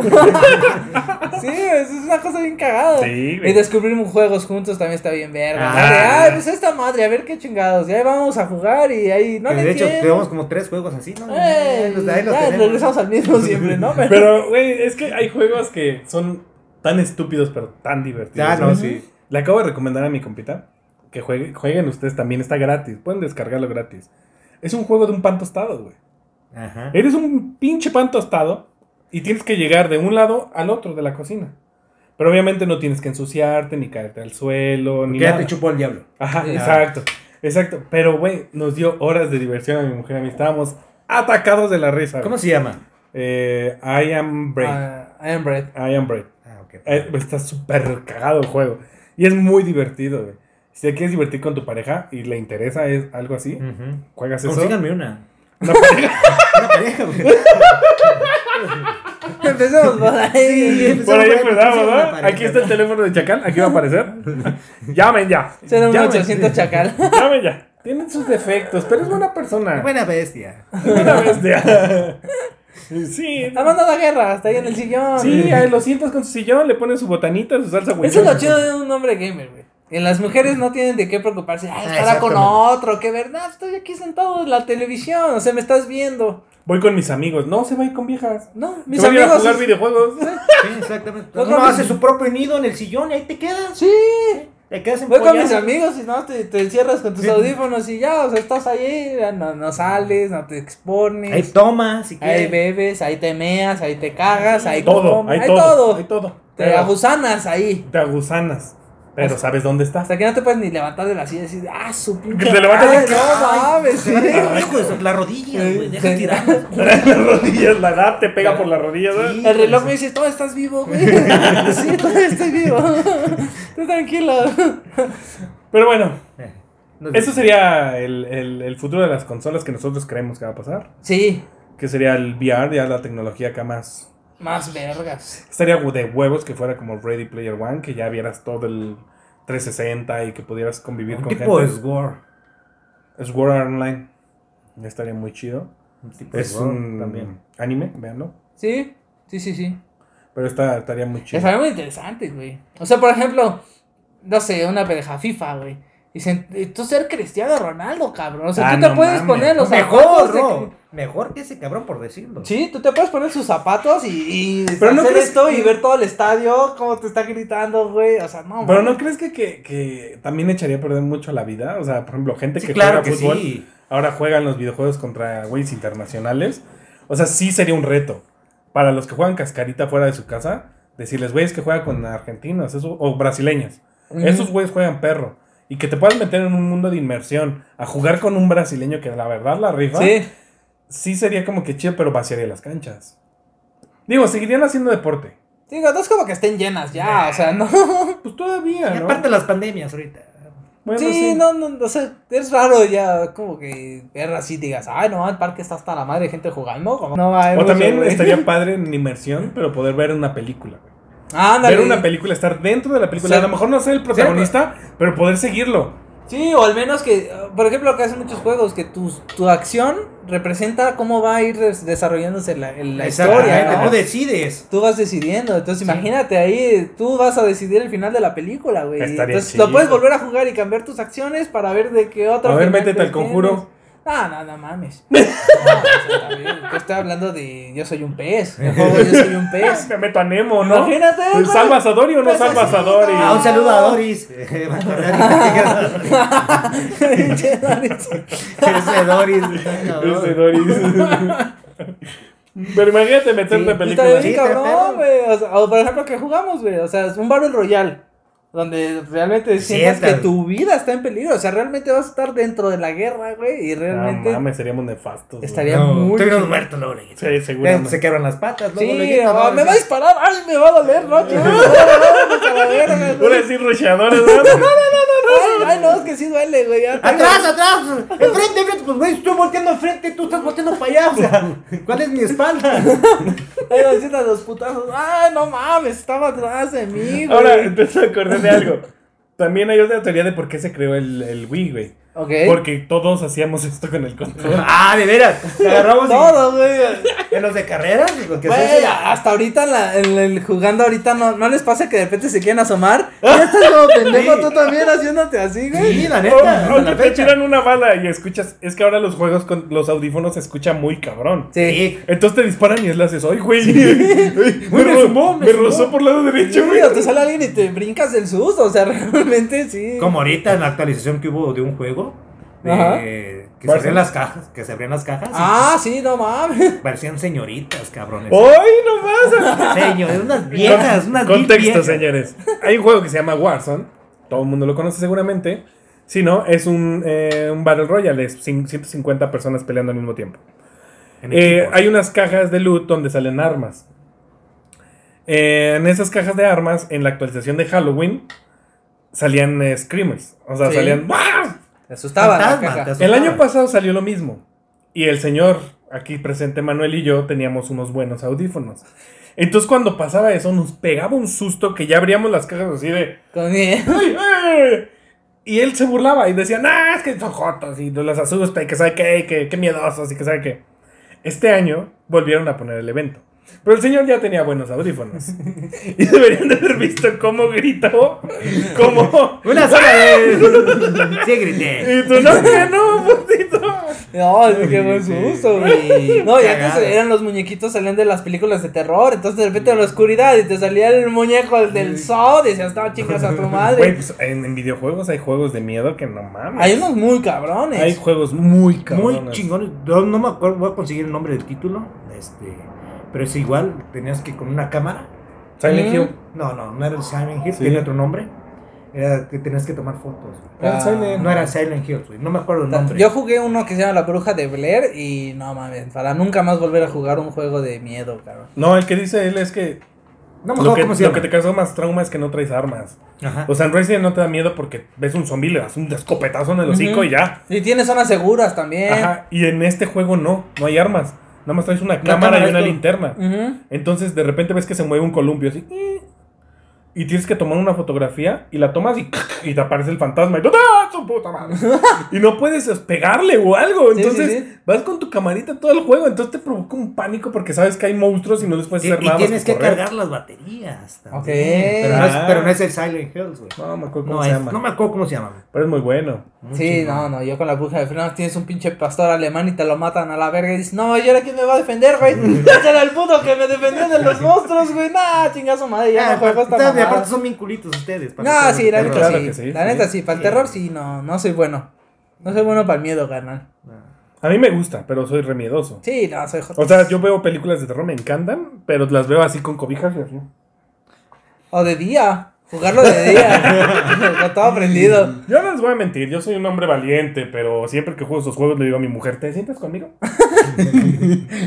Sí, es es una cosa bien cagada. Sí, güey. y descubrir juegos juntos también está bien verga. Ah. Ah, de, "Ay, pues esta madre, a ver qué chingados. Ya vamos a jugar y ahí no Que le de hecho, entiendo. tenemos como tres juegos así, ¿no? Ey, Los de ahí los ya, tenemos. regresamos al mismo siempre, ¿no? Pero- Pero, güey, es que hay juegos que son tan estúpidos, pero tan divertidos. Ya, no, güey. sí. Le acabo de recomendar a mi compita que juegue- jueguen ustedes también. Está gratis. Pueden descargarlo gratis. Es un juego de un pan tostado, güey. Ajá. Eh, Eres un pinche pan tostado y tienes que llegar de un lado al otro de la cocina. Pero obviamente no tienes que ensuciarte, ni caerte al suelo, ni Que ya nada. te chupó el diablo. Ajá, Sí. exacto. Exacto. Pero, güey, nos dio horas de diversión a mi mujer. A mí estábamos atacados de la risa. güey. ¿Cómo se llama? Eh, I am Brave. Ah, I am Brett. I am Brave. Ah, ok. Eh, pues, está súper cagado el juego. Y es muy divertido, güey. Si te quieres divertir con tu pareja y le interesa es algo así, Ujú. juegas eso. Consíganme una. Una pareja. Una pareja, güey. Empecemos por ahí. Por ahí Consíganme empezamos, una ¿no? pareja, Aquí está el ¿no? teléfono de Chacal, aquí va a aparecer. Llamen ya. Suena un Llamen. 800 chacal. Llamen ya. Tienen sus defectos, pero es buena persona. Buena bestia. Una bestia. Sí. Ha mandado a guerra, hasta ahí en el sillón. Sí, ahí lo sientas con su sillón, le pones su botanita, su salsa güey. Eso es lo chido de un hombre gamer, güey. En las mujeres no tienen de qué preocuparse. Ah, Ah, estará con exactamente. otro, que verdad, estoy aquí sentado en la televisión, o sea, me estás viendo. Voy con mis amigos. No, se va a ir con viejas. No, Mis mis se va a ir a amigos. jugar videojuegos. Sí, exactamente. No, Uno no, hace no. su propio nido en el sillón y ahí te quedas. Sí, Te quedas en voy con mis amigos y no, te, te encierras con tus Sí. audífonos y ya, o sea, estás ahí, ya no, no sales, no te expones. Ahí Ahí, toma, si quieres. bebes, ahí te meas, ahí te cagas, ahí Todo, comes, hay todo. Hay todo. Te Pero- agusanas ahí. Te agusanas. Pero ¿sabes dónde estás? Hasta que no te puedes ni levantar de la silla y decir, ah, su pinche. te levantas madre, y- "Ah, no mames, Se va sí. a hijo de la rodilla, güey. Deja Sí. tirarlas. las rodillas, la edad te pega por las rodillas. ¿eh? Sí. El reloj me dice, todo estás vivo, güey. sí, todavía estoy vivo. Tú tranquilo. Pero bueno, No sé. eso sería el, el- el futuro de las consolas que nosotros creemos que va a pasar. Sí, Que sería el VR, ya la tecnología acá más. más vergas. Estaría de huevos que fuera como Ready Player One, que ya vieras todo el 360 y que pudieras convivir Un con tipo gente. de Sword. Sword Art Online. Ya estaría muy chido. Un tipo de Es Sword un también. anime, véanlo. Sí, sí, sí, sí. Pero esta estaría muy chido. Es algo interesante, güey. O sea, por ejemplo, no sé, una pendeja FIFA, güey. Dicen, "Eh, tú ser Cristiano Ronaldo, cabrón. O sea, Ah, tú te no puedes mames. poner los zapatos. Mejor, de- ¿no? Mejor que ese cabrón por decirlo. Sí, tú te puedes poner sus zapatos y, y Pero no hacer crees esto que- y ver todo el estadio, cómo te está gritando, güey. O sea, no. Pero mames. no crees que, que- que también echaría a perder mucho la vida? O sea, por ejemplo, gente Sí, que claro que juega fútbol sí. ahora juegan los videojuegos contra güeyes internacionales. O sea, sí sería un reto. Para los que juegan cascarita fuera de su casa, decirles, güeyes que juegan con argentinos eso- o brasileños. Ujú. Esos güeyes juegan perro. Y que te puedas meter en un mundo de inmersión a jugar con un brasileño que la verdad la rifa. Sí. sí sería como que chido, pero vaciaría las canchas. Digo, seguirían haciendo deporte. Digo, no es como que estén llenas ya, o sea, no. Pues Y todavía, ¿no? aparte las pandemias ahorita. Bueno, Sí, no, no, no, o sea, es raro ya, como que ver así digas, ay, no, el parque está hasta la madre de gente jugando. como- No, va a haber O mucho, también güey. estaría padre en inmersión, pero poder ver una película. güey. Ándale. Ver una película, estar dentro de la película. Sí. A lo mejor no ser el protagonista, pero poder seguirlo. Sí, o al menos que, uh, por ejemplo, que hacen muchos juegos, que tu, tu acción representa cómo va a ir des- desarrollándose la, el- la historia. Exactamente, ¿no? tú decides. Tú vas decidiendo, entonces imagínate ahí, tú vas a decidir el final de la película, güey. Estaría Entonces chido. lo puedes volver a jugar y cambiar tus acciones para ver de qué otra. A ver, final métete al tienes. conjuro. Ah, no, no mames. No, o sea, también, yo estoy hablando de yo soy un pez. el juego yo soy un pez. Me meto a Nemo, ¿no? Imagínate. güey. ¿Salvas a Dory o no Pues salvas así, a Dory? no. Ah, un saludo a Doris. Eh, va a acordar que Che, Doris. Ese Doris. Este, Ese Dory. pero Sí, imagínate meterte en está bien película. Sí, está perro. cabrón, güey. O, sea, o por ejemplo, que jugamos, güey. O sea, es un Battle Royale. Donde realmente sientas sientas. que tu vida está en peligro. O sea, realmente vas a estar dentro de la guerra, güey. Y No realmente. mames, seríamos nefastos. güey. Estaría No, muy. estuvieron muertos luego. luego. Sí, Ya seguramente. Se quebran las patas. luego, Sí, luego, ah, luego, me va a disparar, ay, me va a doler, ¿no? Yo, no, no, no, no, la verga, güey. Ahora sí, rusheadores, ¿no? Ay, ay, no, es que sí duele, güey. ya tengo- Atrás, atrás, enfrente, enfrente, pues güey, estoy volteando enfrente, tú estás volteando para allá, o sea, ¿cuál es mi espalda? Ahí van diciendo a los putazos. Ah, no mames, estaba atrás de mí, güey. Ahora, entonces acordé de algo. También hay otra teoría de por qué se creó el, el Wii, güey. ok. ¿Eh? Porque todos hacíamos esto con el control. Ah, de veras. Te agarramos y- Todo, güey. en los de carreras. Lo que Güey, se hace- ah, hasta ahorita en la- en el jugando ahorita no, no les pasa que de repente se quieren asomar. Ya estás como pendejo tú también haciéndote así, güey. Ah. Sí, la O- neta. o hasta la que te fecha. tiran una bala y escuchas. Es que ahora los juegos con los audífonos se escucha muy cabrón. Sí. Sí. Entonces te disparan y es la haces. ¡Ay, güey! Ay, me, me ro- sumó, me me sumó. rozó por el lado Sí, derecho, güey. güey, o te sale alguien y te brincas del susto, o sea, realmente sí. Como ahorita en la actualización que hubo de un juego. de- Ajá. que se Barça. abrían las cajas. Que se abrían las cajas. y Ah, sí, no mames. Parecían señoritas, cabrones. ¡Ay, no más! Señores, unas viejas, Con- unas bien Contexto, viejas. señores. Hay un juego que se llama Warzone. Todo el mundo lo conoce seguramente. Si no, es un, eh, un Battle Royale. Es cin- 150 personas peleando al mismo tiempo. En Eh, equipos. hay unas cajas de loot donde salen armas. Eh, en esas cajas de armas, en la actualización de Halloween, salían eh, screamers. O sea, Sí. salían. ¡Wow! Te asustaba. la Fantasma, caja. te asustaba. El año pasado salió lo mismo. Y el señor, aquí presente Manuel y yo, teníamos unos buenos audífonos. Entonces cuando pasaba eso, nos pegaba un susto que ya abríamos las cajas así de... Con mi- "Ay, ay". Y él se burlaba y decía, nah, es que son jotas y nos las asusta y que sabe qué, que, que miedosos y que sabe qué. Este año volvieron a poner el evento. Pero el señor ya tenía buenos audífonos. y deberían de haber visto cómo gritó, cómo... Una sola vez. Sí, grité. Y tú, no, que no, putito. No, es que qué buen Sí, susto, güey. No, y antes Cagado. eran los muñequitos salían de las películas de terror. Entonces de repente en la oscuridad y te salía el muñeco del- del zoo. Decías, no, chicas a tu Güey, madre. pues en, en videojuegos hay juegos de miedo que no mames. Hay unos muy Hay cabrones. juegos muy cabrones. Muy chingón. No, no me acuerdo, voy a conseguir el nombre del título. Este, pero es igual, tenías que con una cámara. Silent Mm. Hill. No, no, no era el Silent Hill, Sí. tiene otro nombre. Era que tenías que tomar fotos. güey. Ah, Era Silent- No era Silent Hill, güey, no me acuerdo el nombre. Yo jugué uno que se llama La Bruja de Blair y no mames, para nunca más volver a jugar un juego de miedo, cabrón. No, el que dice él es que no me lo acuerdo que, cómo se lo llama. que te causó más trauma es que no traes armas. Ajá. O sea, en Resident no te da miedo porque ves un zombie, le das un escopetazo en el hocico Ujú. y ya. Y tiene zonas seguras Eh. también. Ajá. Y en este juego no, no hay armas. Nada más traes una cámara, cámara y una es todo. linterna. Ujú. Entonces de repente ves que se mueve un columpio así. Y tienes que tomar una fotografía y la tomas y, y te aparece el fantasma. Y, tú, ¡Ah, su puta madre! y no puedes pegarle o algo. Sí, Entonces sí, sí. vas con tu camarita todo el juego. Entonces te provoca un pánico porque sabes que hay monstruos y no les puedes Y, hacer y nada. más tienes que correr. cargar las baterías. También. Ok. Pero, no es, Ah. pero no es el Silent Hill, güey. No, me acuerdo cómo No, se es- llama. no me acuerdo cómo se llama. güey. Pero es muy bueno. Muy Sí, Ah, chingón. no, no, yo con la bruja de Fernando tienes un pinche pastor alemán y te lo matan a la verga y dices, no, ¿y ahora quién me va a defender, güey? Ese era el puto que me defendió de los monstruos, güey. Nah, chingazo madre, ya Ah, no juego esta ustedes, y aparte mamada. son bien culitos ustedes. para No, los sí, la juegos de neta sí. terror. Claro que sí, La sí. neta sí, para el terror sí, no, no soy bueno. No soy bueno para el miedo, carnal. terror. A mí me gusta, pero soy remiedoso. Sí, no, soy joto. O sea, yo veo películas de terror, me encantan, pero las veo así con cobijas y así. O de día. Jugarlo de día. Con todo aprendido. Yo no les voy a mentir, yo soy un hombre valiente, pero siempre que juego estos juegos le digo a mi mujer, ¿te sientas conmigo?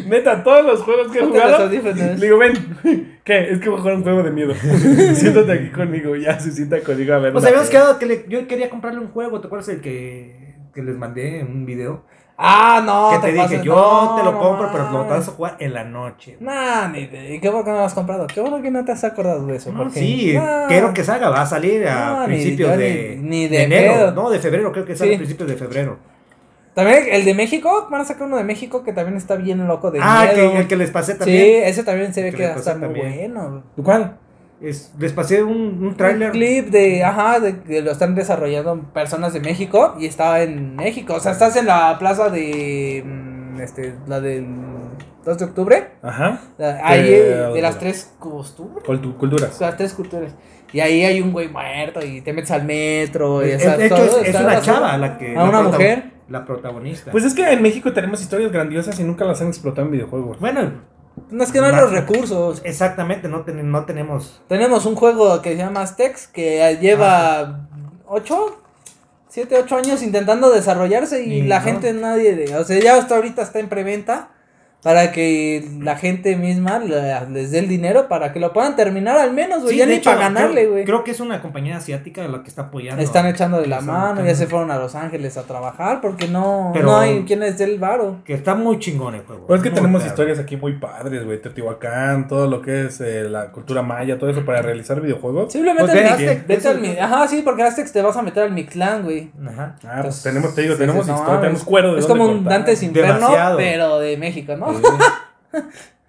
Neta, todos los juegos que he Ponte los jugado, le audífonos. digo, ven, ¿qué? Es que voy a jugar un juego de miedo. Siéntate aquí conmigo, ya se sienta conmigo a ver. Pues una habíamos peli. quedado que le- yo quería comprarle un juego, ¿te acuerdas el que, que les mandé en un video? Ah, no. que te, dije, pases- yo no, te lo no compro, pero lo mames. vas a jugar en la noche. güey. Nah, ni de... ¿Y qué bueno que no lo has comprado? Qué bueno que no te has acordado de eso. No, porque... sí, Nah. quiero que salga, va a salir a No, ni- principios yo de, ni- ni de enero, pedo. no, de febrero, creo que sale Sí. a principios de febrero. También el de México, van a sacar uno de México que también está bien loco de ah, miedo. que, el que les pasé Sí, también. ese también se ve Que que le va a estar pasó muy también. bueno. ¿Cuál? Es- les pasé un, un Un tráiler. clip de, ajá, de que lo están desarrollando personas de México y estaba en México. O sea, estás en la plaza de, mm, este, la del 2 de octubre. Ajá. la- Ahí, Eh, eh, de las Honduras. tres costumbres. Cultu- Culturas. Las tres culturas. Y ahí hay un güey muerto y te metes al metro. Y, Es- o sea, de hecho, todo es- es, está una basado- chava la que. ¿A la una prota- mujer? La protagonista. Pues es que en México tenemos historias grandiosas y nunca las han explotado en videojuegos. bueno, No es que no hay los recursos. exactamente, no, ten- no tenemos. Tenemos un juego que se llama Aztecs que lleva 8, 7, 8 años intentando desarrollarse y Ni la yo. gente nadie, de- o sea, ya hasta ahorita está en preventa. para que la gente misma la- les dé el dinero para que lo puedan terminar al menos, güey. Sí, ya de ni hecho, para ganarle, creo- güey. Creo que es una compañía asiática la que está apoyando. Están echando de la Están mano, ya buscando- se fueron a Los Ángeles a trabajar porque no, Pero- no hay quien les dé el varo. Que está muy chingón el Pero juego. Pues es que Muy tenemos claro. historias aquí muy padres, güey. Teotihuacán, todo lo que es eh, la cultura maya, todo eso para realizar videojuegos. Simplemente Pues ven vete, aquí. Aztec, vete Eso- al mi- Ajá, sí, porque Aztecs te vas a meter al Mictlán, güey. Ajá. Ah, pues Entonces, tenemos, te digo, sí, tenemos sí, no historia, mames. tenemos cuero de Es dónde como un cortar. Dante's Inferno, Demasiado. pero de México, ¿no? Sí.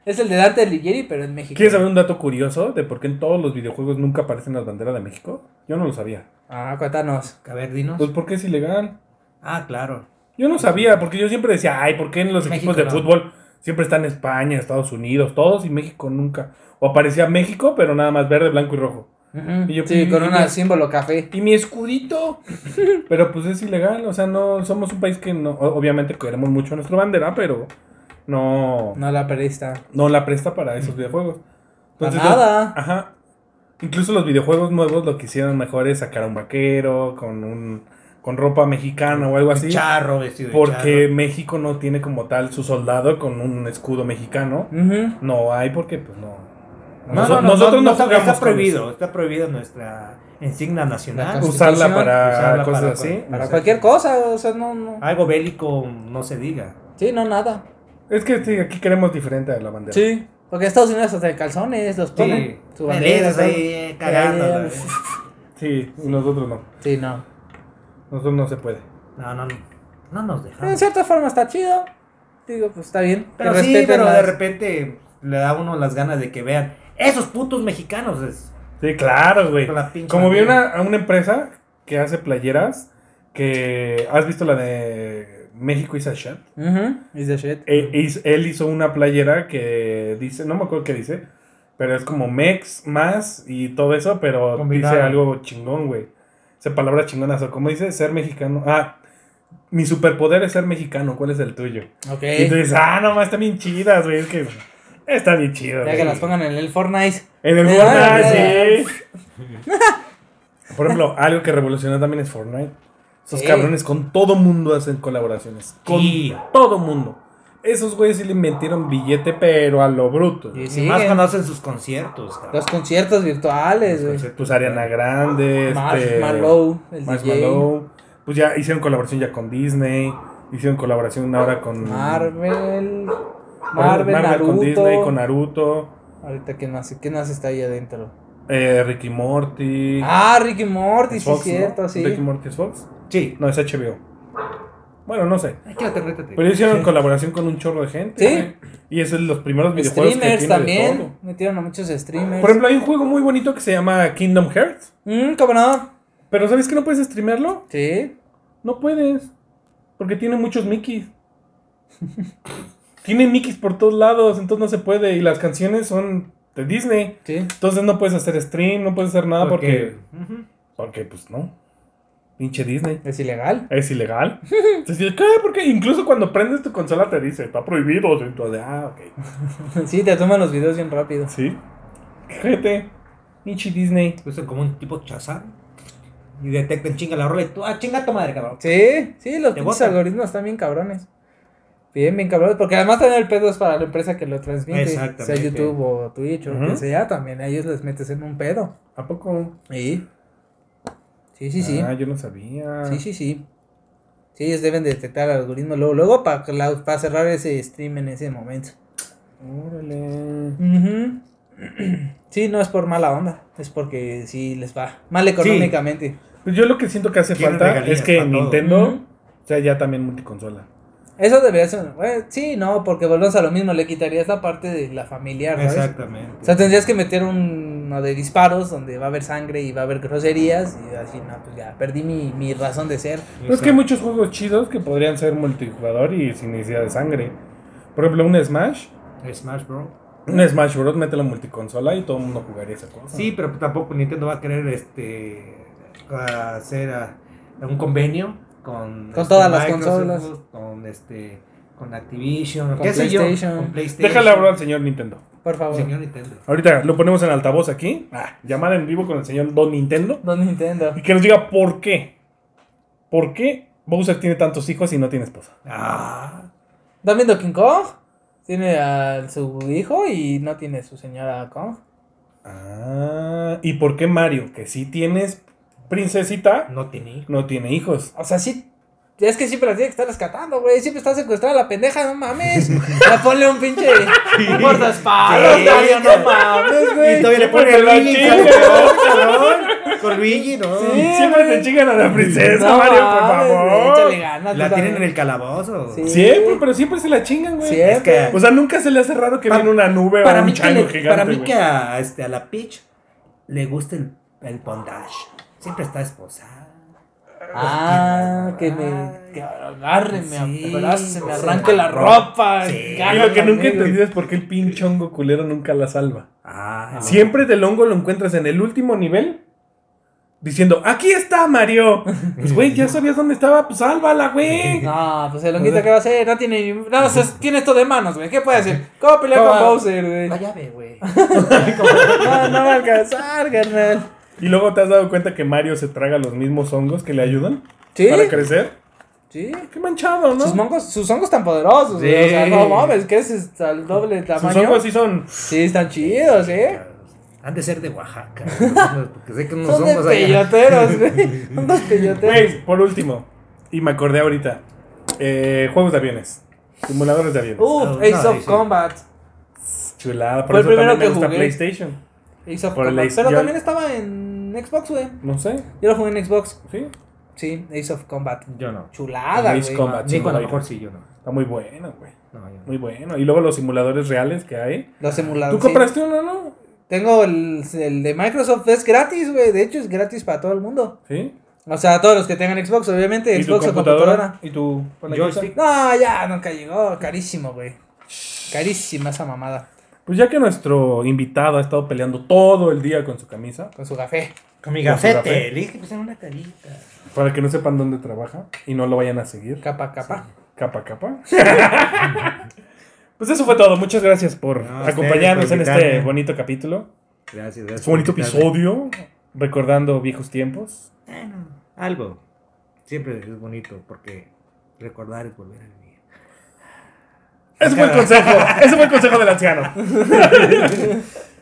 Es el de Dante Alighieri, pero en México. ¿Quieres saber un dato curioso de por qué en todos los videojuegos nunca aparecen las banderas de México? Yo no lo sabía. Ah, cuéntanos. A ver, dinos. Pues porque es ilegal. Ah, claro. Yo no sabía, porque yo siempre decía, ay, ¿por qué en los México equipos de no. fútbol siempre están España, Estados Unidos, todos y México nunca? O aparecía México, pero nada más verde, blanco y rojo. Ujú, Y yo- sí, y- con y- un símbolo café. Y mi escudito. Pero pues es ilegal, o sea, no somos un país que no, o- obviamente queremos mucho nuestra bandera, pero no, No la perista. no la presta para esos videojuegos. Para los- nada. ajá. Incluso los videojuegos nuevos lo que hicieron mejor es sacar a un vaquero con un con ropa mexicana o algo así. Charro vestido de Porque charro. México no tiene como tal su soldado con un escudo mexicano. Ujú. No hay porque pues no. No, Noso- no, no, nosotros no, está- jugamos Está con prohibido, está prohibido nuestra insignia La nacional. eso. usarla para Usarla cosas para- así. Para no sé. Ah. cualquier cosa, o sea, no, no. Algo bélico, no se diga. Sí, no, nada. Es que sí, aquí queremos diferente a la bandera. Sí. Porque Estados Unidos hasta de calzones los Sí, ponen. Su bandera, peleas ahí todo. cagándola. Eh, Sí, y nosotros no. Sí, no. Nosotros no se puede. No, no, no, no nos Ah. Pero en dejamos. cierta forma está chido. Digo, pues está bien. Pero Eh, Que sí, respeten pero de las- repente le da a uno las ganas de que vean esos putos mexicanos. es- Sí, claro, güey. Con la pinche Como vi bandera. una, a una empresa que hace playeras que... ¿Has visto la de México is a shot? Ujú, Is the shit. E- is- él hizo una playera que dice, no me acuerdo qué dice, pero es como Mex, más y todo eso, pero Combinado. dice algo chingón, güey. Esa palabra chingonazo o como dice, ser mexicano. Ah, mi superpoder es ser mexicano, ¿cuál es el tuyo? Ok. Y tú dices, ah, nomás están bien chidas, güey, es que está bien chido. Ya güey. que las pongan en el Fortnite. En el Eh, Fortnite, ay, sí. Por ejemplo, algo que revolucionó también es Fortnite. Esos Sí. cabrones con todo mundo hacen colaboraciones. Con Sí. todo mundo. Esos güeyes sí le metieron billete, pero a lo bruto. Y Y más siguen. cuando hacen sus conciertos. cabrón. Ah, Los conciertos virtuales, güey. Pues Ariana Grande, este, Marshmallow, el DJ. Marshmallow. Pues ya hicieron colaboración ya con Disney. Hicieron colaboración ahora con Marvel. con Marvel, Naruto. mm, con Disney, con Naruto. Ahorita, ¿quién más, ¿quién más está ahí adentro? eh, Ricky Morty. Ah, Ricky Morty, es sí, Fox, es cierto, ¿no? sí. Ricky Morty es Fox. Sí. No, es HBO. Bueno, no sé. Aquí la tengo, ahorita te digo. Pero hicieron colaboración con un chorro de gente. Sí. güey. Y es de los primeros videojuegos que Streamers tiene de también. todo. Metieron a muchos streamers. Por ejemplo, hay un juego muy bonito que se llama Kingdom Hearts. Mm, ¿Cómo no? Pero ¿sabes que no puedes streamearlo? Sí. No puedes. Porque tiene muchos Mickeys. tiene Mickeys por todos lados, entonces no se puede. Y las canciones son de Disney. Sí. Entonces no puedes hacer stream, no puedes hacer nada porque... Ujú. Porque pues no. Pinche Disney. Es ilegal. Es ilegal. Entonces, ¿qué? Porque incluso cuando prendes tu consola te dice, está prohibido. Entonces, ah, ok. sí, te toman los videos bien rápido. Sí. Gente. Pinche Disney. Usan como un tipo chazán. Y detectan chinga la rola y tú, ah, chinga tu madre, cabrón. Sí, sí, los Te pinches botan. algoritmos están bien cabrones. Bien, bien cabrones. Porque además también el pedo es para la empresa que lo transmite. Sea Exactamente. YouTube o Twitch o lo que Ujú. sea, también a ellos les metes en un pedo. ¿A poco? Sí. Sí, sí, sí. Ah, yo no sabía. Sí, sí, sí. Sí, ellos deben detectar el algoritmo luego, luego para cerrar ese stream en ese momento. Órale. Ujú. Sí, no es por mala onda, es porque sí les va mal económicamente. Pues yo lo que siento que hace Quieren falta regalías es que para todo. Nintendo Ujú. sea ya también multiconsola. Eso debería ser. bueno, sí, no, porque volvemos a lo mismo, le quitarías la parte de la familiar, ¿sabes? Exactamente. O sea, tendrías que meter un- uno de disparos donde va a haber sangre y va a haber groserías y así, no, pues ya perdí mi, mi razón de ser. Pero es que hay muchos juegos chidos que podrían ser multijugador y sin necesidad de sangre. Por ejemplo, un Smash. Smash Bro. Un Smash Bros. mételo en multiconsola y todo el mundo jugaría esa cosa. Sí, pero tampoco Nintendo va a querer este hacer ah, un convenio con, Con este, todas las Microsoft, consolas. con este con Activision, Con qué sé yo, PlayStation. con PlayStation. Déjale hablar al señor Nintendo. Por favor. señor Nintendo. Ahorita lo ponemos en altavoz aquí. Ah, llamada en vivo con el señor Don Nintendo. Don Nintendo. Y que nos diga por qué. ¿Por qué Bowser tiene tantos hijos y no tiene esposa? Ah, ¿Están viendo King Kong? Tiene a su hijo y no tiene su señora Kong. Ah, ¿y por qué Mario, que sí tienes princesita, No tiene hijo. no tiene hijos? O sea, sí. Es que siempre la tiene que estar rescatando, güey. Siempre está secuestrada la pendeja, no mames. Ya ponle un pinche. Un guardaespaldas, Sí. Mario, no mames, Y güey. todavía le pone Porque el la Luigi, chinga. cabrón, cabrón. Con Luigi, ¿no? Sí, Siempre güey. te chingan a la princesa, No Mario, por mames, güey, favor. échale ganas, La tú tienen en también. el calabozo. Sí. Siempre, pero siempre se la chingan, güey. Siempre. Es que- O sea, nunca se le hace raro que Pa- viene una nube Para o mí, un que, chango le- gigante. para mí güey. que a, este, a la Peach le gusta el, el bondage. Siempre está esposada. Ah, que me. Que agarre, me Sí, abrace, me o sea, arranque la no. ropa. Sí. Y gana lo que nunca conmigo. entendí es por qué el pinche hongo culero nunca la salva. Ah, no. Siempre del hongo lo encuentras en el último nivel diciendo, aquí está Mario. Pues, güey, ya sabías dónde estaba, pues sálvala, güey. No, pues el honguito que va a hacer, no tiene ni. No, o sea, tiene esto de manos, güey. ¿Qué puede hacer? ¿Cómo pelear con ¿Cómo? Bowser, güey? La llave, güey. No, no va a alcanzar, carnal. Y luego te has dado cuenta que Mario se traga los mismos hongos que le ayudan Sí. para crecer. Sí. Qué manchado, ¿no? Sus, Sus, mongos, sus hongos tan poderosos, güey. O sea, Sí. no mames, que es hasta el doble tamaño. hongos sí son... Sí, están chidos, ¿eh? Han de ser de Oaxaca. ¿no? Porque sé que unos Son de hongos allá. peyoteros, güey. Son de peyoteros. Güey, por último, y me acordé ahorita, eh, juegos de aviones. Simuladores de aviones. Uf, No, Ace no, of sí. Combat. Chulada, por fue el eso primero también me que gusta jugué. PlayStation. Ace of Por el Combat. Ace- Pero yo- también estaba en Xbox, güey. No sé, Yo lo jugué en Xbox. sí. Sí, Ace of Combat. Yo no. Chulada, Ace güey. Combat. Ah, sí, Nico, a lo güey. mejor sí, yo no. Está muy bueno, güey. No, yo no. Muy bueno. Y luego los simuladores reales que hay. Los emuladores. ¿Tú Ah, sí. compraste uno, no? Tengo el, el de Microsoft, es gratis, güey. De hecho, es gratis para todo el mundo. Sí. O sea, todos los que tengan Xbox, obviamente. ¿Y tu Xbox o computadora? ¿Y tu Joystick. No, ya, nunca llegó. Carísimo, güey. Carísima esa mamada. Pues ya que nuestro invitado ha estado peleando todo el día con su camisa, Con su café. Con mi Con su gafete. gafete. Le dije que pusieran una carita. para que no sepan dónde trabaja y no lo vayan a seguir, Capa, capa. capa a capa. pues eso fue todo. Muchas gracias por No, a ustedes acompañarnos por en este invitarme. bonito capítulo. Gracias, Es gracias. un bonito por invitarme. episodio recordando viejos tiempos. Bueno, algo. Siempre es bonito porque recordar es volver al día. Ese fue el consejo. Ese fue el consejo del anciano.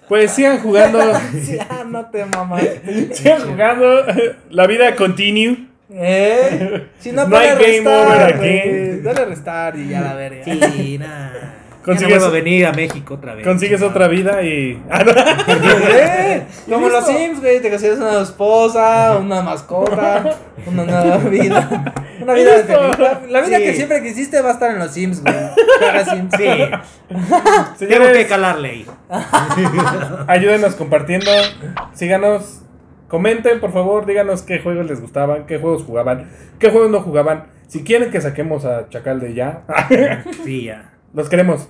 pues sigan jugando. Sí, ah, no te mamas. Sigan jugando. La vida continue. ¿Eh? Si no, No dale hay game restar, over güey. again. Dale restar y ya la verga. Sí, nada. Consigues- Consigues venir a México otra vez. Consigues No. otra vida y. Ah, no. ¿Eh? Como los listo. Sims, güey, te consigues una esposa, una mascota, una nueva vida. Una vida listo. feliz. La, la vida Sí. que siempre quisiste va a estar en los Sims, güey. Juega Sims. Sí, tengo Señores, que calarle ahí. ayúdenos compartiendo. Síganos. Comenten, por favor. Díganos qué juegos les gustaban, qué juegos jugaban, qué juegos no jugaban. Si quieren que saquemos a Chacal de ya, Sí, ya. los queremos.